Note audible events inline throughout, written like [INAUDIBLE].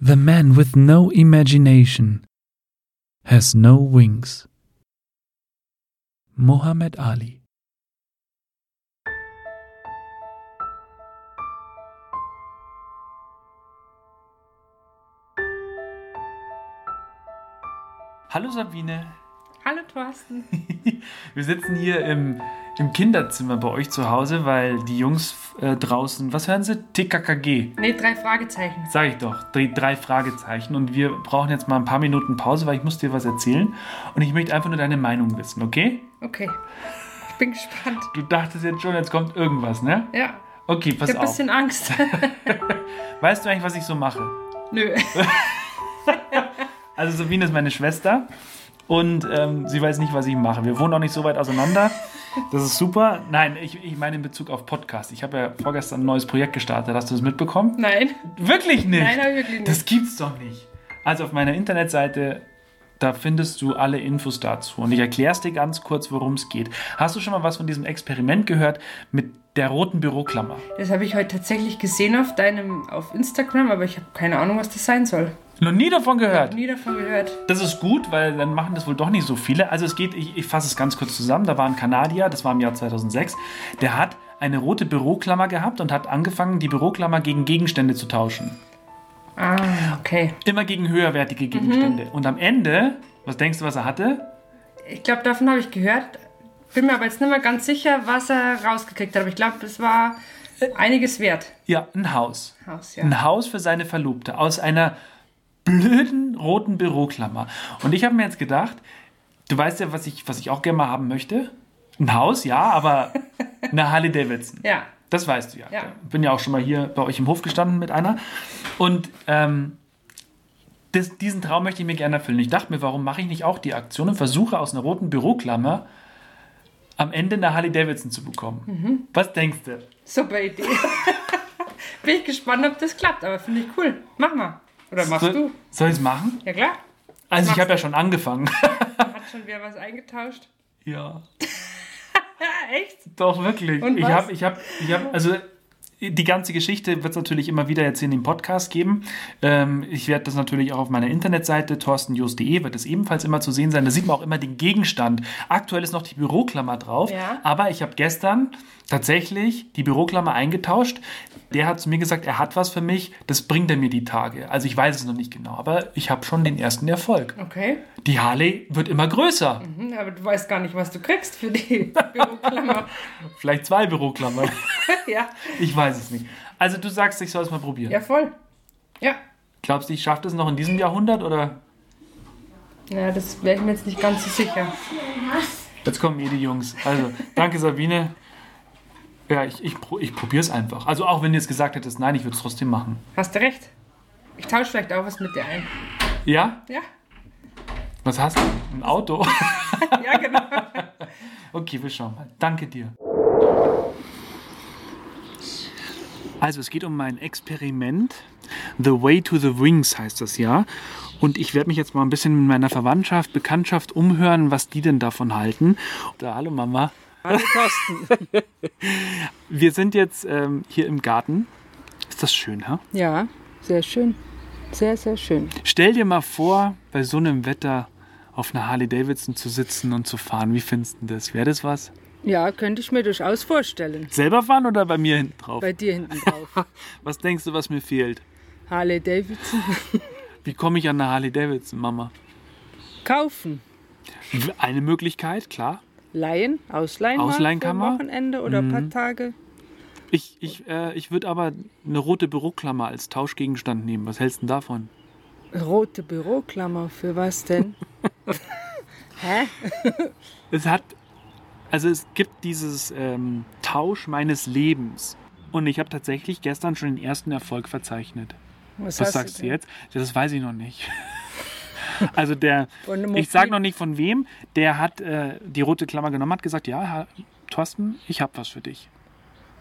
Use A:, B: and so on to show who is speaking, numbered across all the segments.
A: The man with no imagination has no wings. Muhammad Ali. Hallo Sabine.
B: Hallo Thorsten.
A: Wir sitzen hier im, im Kinderzimmer bei euch zu Hause, weil die Jungs äh, draußen, was hören sie? TKKG.
B: Nee, drei Fragezeichen.
A: Sag ich doch, drei, drei Fragezeichen. Und wir brauchen jetzt mal ein paar Minuten Pause, weil ich muss dir was erzählen. Und ich möchte einfach nur deine Meinung wissen, okay?
B: Okay. Ich bin gespannt.
A: Du dachtest jetzt schon, jetzt kommt irgendwas, ne?
B: Ja.
A: Okay, pass
B: Ich hab ein
A: auf.
B: bisschen Angst. [LAUGHS]
A: Weißt du eigentlich, was ich so mache?
B: Nö.
A: Also Sabine ist meine Schwester und ähm, sie weiß nicht, was ich mache. Wir wohnen auch nicht so weit auseinander. Das ist super. Nein, ich, ich meine in Bezug auf Podcast. Ich habe ja vorgestern ein neues Projekt gestartet. Hast du das mitbekommen?
B: Nein.
A: Wirklich nicht.
B: Nein, hab ich wirklich nicht.
A: Das gibt's doch nicht. Also auf meiner Internetseite, da findest du alle Infos dazu. Und ich erkläre es dir ganz kurz, worum es geht. Hast du schon mal was von diesem Experiment gehört mit der roten Büroklammer?
B: Das habe ich heute tatsächlich gesehen auf deinem, auf Instagram, aber ich habe keine Ahnung, was das sein soll.
A: Noch nie davon
B: Ich
A: gehört.
B: habe nie davon gehört.
A: Das ist gut, weil dann machen das wohl doch nicht so viele. Also es geht, ich, ich fasse es ganz kurz zusammen. Da war ein Kanadier, das war im Jahr 2006, der hat eine rote Büroklammer gehabt und hat angefangen, die Büroklammer gegen Gegenstände zu tauschen.
B: Ah, okay.
A: Immer gegen höherwertige Gegenstände.
B: Mhm.
A: Und am Ende, was denkst du, was er hatte?
B: Ich glaube, davon habe ich gehört. Bin mir aber jetzt nicht mehr ganz sicher, was er rausgekriegt hat. Aber ich glaube, das war einiges wert.
A: Ja, ein Haus.
B: Haus, ja.
A: Ein Haus für seine Verlobte aus einer blöden roten Büroklammer. Und ich habe mir jetzt gedacht, du weißt ja, was ich, was ich auch gerne mal haben möchte. Ein Haus,
B: [LAUGHS]
A: ja, aber eine Harley Davidson.
B: Ja.
A: Das weißt du ja.
B: Ja.
A: Bin ja auch schon mal hier bei euch im Hof gestanden mit einer. Und ähm, das, diesen Traum möchte ich mir gerne erfüllen. Ich dachte mir, warum mache ich nicht auch die Aktion und versuche aus einer roten Büroklammer am Ende eine Harley Davidson zu bekommen?
B: Mhm.
A: Was denkst du?
B: Super Idee. [LAUGHS] bin ich gespannt, ob das klappt, aber finde ich cool. Mach mal. Oder machst
A: soll,
B: du?
A: Soll ich es machen?
B: Ja klar.
A: Also ich
B: Mach's.
A: habe ja schon angefangen. [LAUGHS]
B: Hat schon wer was eingetauscht?
A: ja.
B: Ah, echt?
A: Doch, wirklich.
B: Und
A: ich
B: was?
A: habe, ich habe, ich habe, also die ganze Geschichte wird es natürlich immer wieder jetzt in dem Podcast geben. Ähm, ich werde das natürlich auch auf meiner Internetseite torstenjus.de wird es ebenfalls immer zu sehen sein. Da sieht man auch immer den Gegenstand. Aktuell ist noch die Büroklammer drauf,
B: Ja.
A: aber ich habe gestern tatsächlich die Büroklammer eingetauscht. Der hat zu mir gesagt, er hat was für mich, das bringt er mir die Tage. Also ich weiß es noch nicht genau, aber ich habe schon den ersten Erfolg.
B: Okay.
A: Die Harley wird immer größer.
B: Hm, Aber du weißt gar nicht, was du kriegst für die [LAUGHS] Büroklammer.
A: Vielleicht zwei Büroklammern.
B: ja.
A: Ich weiß es nicht. Also du sagst, ich soll es mal probieren.
B: ja, voll. Ja.
A: Glaubst du, ich schaffe das noch in diesem Jahrhundert oder?
B: Ja, das wäre ich mir jetzt nicht ganz so sicher.
A: Jetzt kommen eh die Jungs. Also, danke Sabine. Ja, ich, ich, pro- ich probiere es einfach. Also auch wenn du jetzt gesagt hättest, nein, ich würde es trotzdem machen.
B: Hast du recht. Ich tausche vielleicht auch was mit dir ein.
A: Ja?
B: Ja,
A: Was hast du? Ein Auto?
B: [LAUGHS] ja genau.
A: Okay, wir schauen mal. Danke dir. Also es geht um mein Experiment. The Way to the Wings heißt das ja. Und ich werde mich jetzt mal ein bisschen mit meiner Verwandtschaft, Bekanntschaft umhören, was die denn davon halten. Da, hallo Mama.
C: Hallo Thorsten.
A: Wir sind jetzt ähm, hier im Garten. Ist das schön, ha?
C: Ja, sehr schön. Sehr, sehr schön.
A: Stell dir mal vor, bei so einem Wetter auf einer Harley Davidson zu sitzen und zu fahren. Wie findest du das? Wäre das was?
C: Ja, könnte ich mir durchaus vorstellen.
A: Selber fahren oder bei mir hinten drauf?
C: Bei dir hinten drauf.
A: Was denkst du, was mir fehlt?
C: [LAUGHS] Harley Davidson
A: Wie komme ich an eine Harley Davidson, Mama?
C: kaufen.
A: Eine Möglichkeit, klar.
C: Leihen, ausleihen.
A: Ausleihen
C: mal für
A: kann
C: ein
A: man. Mhm.
C: Wochenende oder ein paar Tage.
A: Ich, ich, äh, ich würde aber eine rote Büroklammer als Tauschgegenstand nehmen. Was hältst du denn davon?
C: Rote Büroklammer, für was
A: [LAUGHS]
C: denn? Hä?
A: Es hat, also es gibt dieses ähm, Tausch meines Lebens. Und ich habe tatsächlich gestern schon den ersten Erfolg verzeichnet. Was
C: hast
A: sagst du
C: denn?
A: jetzt? Ja, Das weiß ich noch nicht. [LAUGHS] Also der,
C: Von einem
A: ich sage
C: Mobil-
A: noch nicht von wem, der hat äh, die rote Klammer genommen, hat gesagt, ja, Herr Thorsten, ich habe was für dich.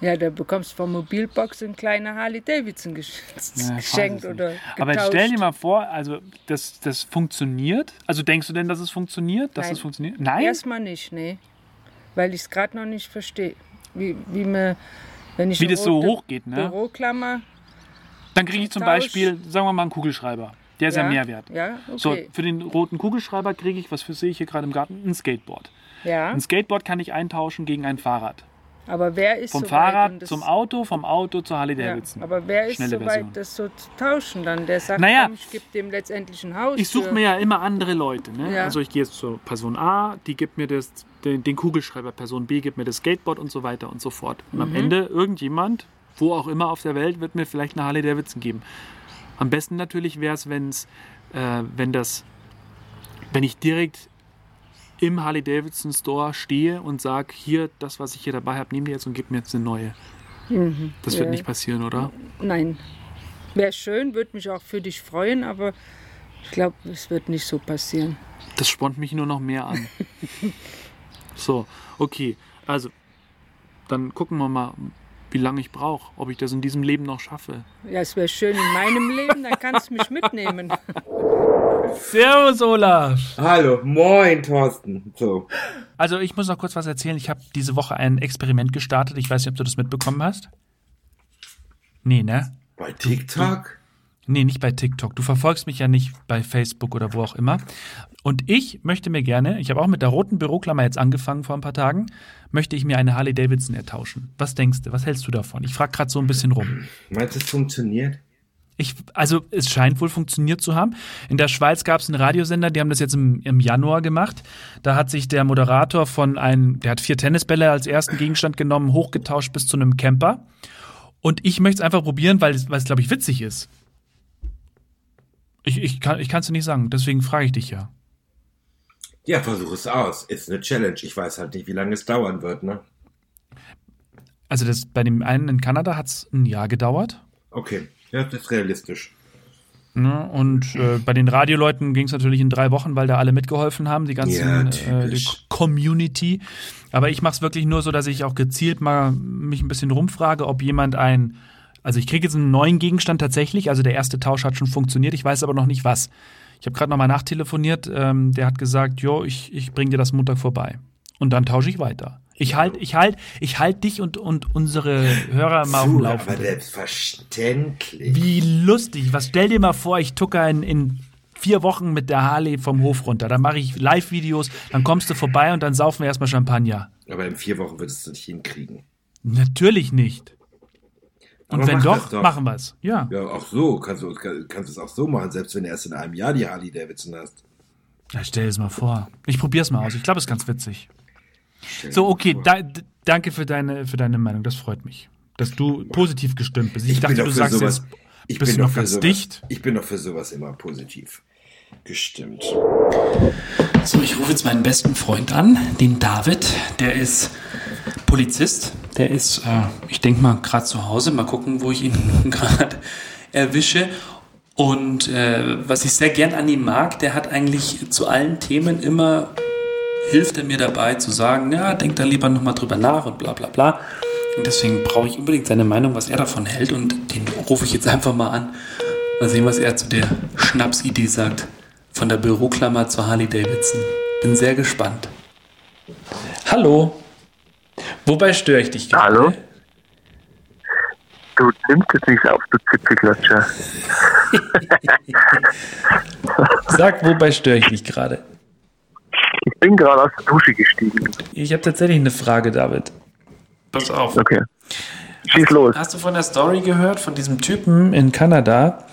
C: Ja, da bekommst du vom Mobilbox ein kleiner Harley Davidson gesch-
A: Ja, ich weiß
C: geschenkt
A: es nicht.
C: oder getauscht.
A: Aber jetzt stell dir mal vor, also das, das funktioniert. Also denkst du denn, dass es funktioniert? Dass
C: Nein.
A: es funktioniert? Nein?
C: Erstmal nicht, nee. Weil ich es gerade noch nicht verstehe. Wie, wie, mir, wenn ich
A: Wie
C: eine
A: das so
C: rote
A: hochgeht, ne?
C: Büroklammer
A: Dann kriege ich zum
C: Tausch.
A: Beispiel, sagen wir mal, einen Kugelschreiber. Der ist ja, mehr wert.
C: Ja, okay.
A: So, für den roten Kugelschreiber kriege ich, was für sehe ich hier gerade im Garten? Ein Skateboard.
C: ja,
A: Ein Skateboard kann ich eintauschen gegen ein Fahrrad.
C: aber wer ist
A: Vom
C: so weit, um
A: Fahrrad
C: das-
A: zum Auto, vom Auto zur Harley
C: Ja,
A: Davidson.
C: aber wer ist
A: Schnelle
C: so
A: Version.
C: weit, das so zu tauschen dann? Der sagt,
A: Naja.
C: komm, ich gebe dem letztendlich ein Haus.
A: ich suche
C: für-
A: mir ja immer andere Leute. Ne?
C: Ja.
A: Also ich gehe jetzt zur Person A, die gibt mir das, den, den Kugelschreiber, Person B gibt mir das Skateboard und so weiter und so fort. Und
C: Mhm.
A: am Ende irgendjemand, wo auch immer auf der Welt, wird mir vielleicht eine Harley Davidson geben. Am besten natürlich wäre es, wenn's, äh, wenn das, wenn ich direkt im Harley Davidson Store stehe und sage, hier, das, was ich hier dabei habe, nehmt ihr jetzt und gebt mir jetzt eine neue. Das wird
C: Mhm. Ja.
A: nicht passieren, oder?
C: Nein. Wäre schön, würde mich auch für dich freuen, aber ich glaube, es wird nicht so passieren.
A: Das spornt mich nur noch mehr an. so, okay. Also, dann gucken wir mal, wie lange ich brauche, ob ich das in diesem Leben noch schaffe.
C: Ja, es wäre schön in meinem Leben, dann kannst du mich mitnehmen.
A: Servus, Olaf!
D: Hallo, moin, Thorsten. So.
A: Also, ich muss noch kurz was erzählen. Ich habe diese Woche ein Experiment gestartet. Ich weiß nicht, ob du das mitbekommen hast. Nee, ne?
D: Bei TikTok?
A: Nee, nicht bei TikTok. Du verfolgst mich ja nicht bei Facebook oder wo auch immer. Und ich möchte mir gerne, ich habe auch mit der roten Büroklammer jetzt angefangen vor ein paar Tagen, möchte ich mir eine Harley Davidson ertauschen. Was denkst du? Was hältst du davon? Ich frage gerade so ein bisschen rum.
D: Meinst du, es funktioniert?
A: Ich, also es scheint wohl funktioniert zu haben. In der Schweiz gab es einen Radiosender, die haben das jetzt im, im Januar gemacht. Da hat sich der Moderator von einem, der hat vier Tennisbälle als ersten Gegenstand genommen, hochgetauscht bis zu einem Camper. Und ich möchte es einfach probieren, weil es, weil es glaube ich, witzig ist. Ich, ich kann es dir nicht sagen, deswegen frage ich dich ja.
D: Ja, versuch es aus. Ist eine Challenge. Ich weiß halt nicht, wie lange es dauern wird, ne?
A: Also das, bei dem einen in Kanada hat es ein Jahr gedauert.
D: Okay, ja, das ist realistisch.
A: Ne? Und
D: Mhm.
A: äh, bei den Radioleuten ging es natürlich in drei Wochen, weil da alle mitgeholfen haben, die
D: Ja,
A: ganzen äh, die
D: typisch.
A: Community. Aber ich mache es wirklich nur so, dass ich auch gezielt mal mich ein bisschen rumfrage, ob jemand ein, also ich kriege jetzt einen neuen Gegenstand tatsächlich, also der erste Tausch hat schon funktioniert, ich weiß aber noch nicht was. Ich habe gerade nochmal nachtelefoniert, ähm, der hat gesagt, jo, ich, ich bring dir das Montag vorbei. Und dann tausche ich weiter. Ich halt, ich halt, ich halt dich und, und unsere Hörer mal auf dem
D: Puh, aber
A: Laufenden.
D: selbstverständlich.
A: Wie lustig. Was stell dir mal vor, ich tucker in, in vier Wochen mit der Harley vom Hof runter. Dann mache ich Live-Videos, dann kommst du vorbei und dann saufen wir erstmal Champagner.
D: Aber in vier Wochen würdest du nicht hinkriegen.
A: Natürlich nicht. Und
D: Aber
A: wenn
D: mach
A: doch,
D: das doch.
A: machen wir's. Ja.
D: Ja, auch so. Kannst du kannst du es auch so machen, selbst wenn du erst in einem Jahr die Harley Davidson hast.
A: ja. Stell dir das mal vor. Ich probier's mal aus. Ich glaube, es ist ganz witzig.
D: Stell
A: So,
D: dir
A: okay,
D: vor.
A: da, d- danke für deine, für deine Meinung. Das freut mich. Dass du positiv gestimmt bist. Ich,
D: bin
A: dachte,
D: doch
A: du
D: für
A: sagst
D: sowas-
A: jetzt,
D: ich
A: bist
D: bin
A: du
D: doch
A: noch
D: für
A: ganz
D: sowas,
A: dicht?
D: Ich bin doch für sowas immer positiv gestimmt.
E: So, ich rufe jetzt meinen besten Freund an, den David. Der ist Polizist. Der ist, äh, ich denke mal, gerade zu Hause. Mal gucken, wo ich ihn [LAUGHS] gerade erwische. Und äh, was ich sehr gern an ihm mag, der hat eigentlich zu allen Themen immer, hilft er mir dabei zu sagen, ja, denk da lieber nochmal drüber nach und bla bla bla. Und deswegen brauche ich unbedingt seine Meinung, was er davon hält. Und den rufe ich jetzt einfach mal an. Mal sehen, was er zu der Schnapsidee sagt. Von der Büroklammer zur Harley Davidson. Bin sehr gespannt. Hallo. Wobei störe ich dich gerade?
F: Hallo? Du nimmst jetzt nichts auf, du Zipfelklatscher.
E: Sag, wobei störe ich dich gerade?
F: Ich bin gerade aus der Dusche gestiegen.
E: Ich habe tatsächlich eine Frage, David. Pass auf.
F: Okay. Schieß los.
E: Hast du von der Story gehört von diesem Typen in Kanada,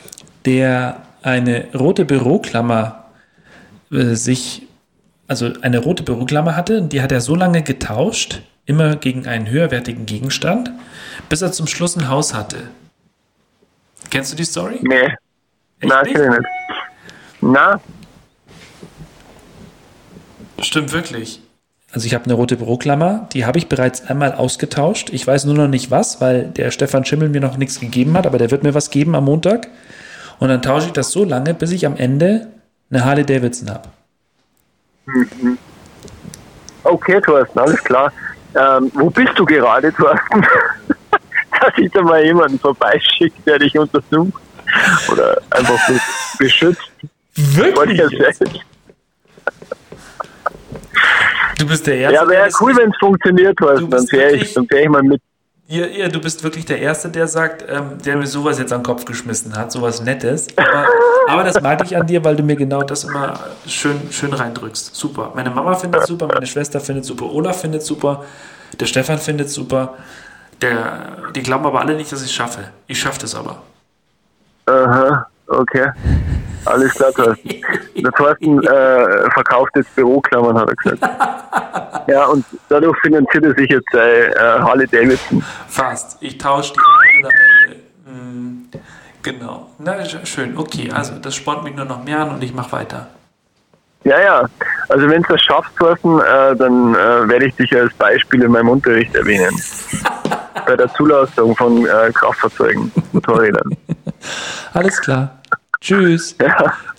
E: der eine rote Büroklammer äh, sich, also eine rote Büroklammer hatte, und die hat er so lange getauscht, immer gegen einen höherwertigen Gegenstand, bis er zum Schluss ein Haus hatte. Kennst du die Story?
F: Nee. Nein,
E: nicht?
F: kenn ich nicht. Na,
E: Stimmt wirklich. Also ich habe eine rote Büroklammer, die habe ich bereits einmal ausgetauscht. Ich weiß nur noch nicht was, weil der Stefan Schimmel mir noch nichts gegeben hat, aber der wird mir was geben am Montag. Und dann tausche ich das so lange, bis ich am Ende eine Harley Davidson habe.
F: okay, Thorsten, alles klar. Ähm, wo bist du gerade, Thorsten? [LAUGHS] Dass ich da mal jemanden vorbeischickt, der dich untersucht. Oder einfach be beschützt. Wollte ich ja selbst.
E: Du bist der Erste.
F: Ja,
E: der
F: wäre
E: das-
F: cool, wenn es funktioniert,
E: Du
F: Thorsten. Dann
E: bist
F: wäre
E: wirklich-
F: ich, dann wär ich mal mit.
A: Ihr, ihr, du bist wirklich der Erste, der sagt, ähm, der mir sowas jetzt an den Kopf geschmissen hat, sowas Nettes. Aber, aber das mag ich an dir, weil du mir genau das immer schön, schön reindrückst. Super. Meine Mama findet super, meine Schwester findet super, Olaf findet super, der Stefan findet super. Der, die glauben aber alle nicht, dass ich es schaffe. Ich schaffe das aber.
F: Aha, okay. Alles klar, Thorsten. Der Thorsten äh, verkauft jetzt Büroklammern, hat er gesagt. Ja, und dadurch finanziert er sich jetzt äh, äh, Harley Davidson.
A: Fast. Ich tausche die eine am Ende. Hm, Genau. Na, sch- schön. Okay, also das spornt mich nur noch mehr an und ich mache weiter.
F: Ja, ja. Also wenn es das schaffst, Thorsten, äh, dann äh, werde ich dich als Beispiel in meinem Unterricht erwähnen. Bei der Zulassung von äh, Kraftfahrzeugen, Motorrädern.
A: Alles klar. Tschüss.
F: Ja,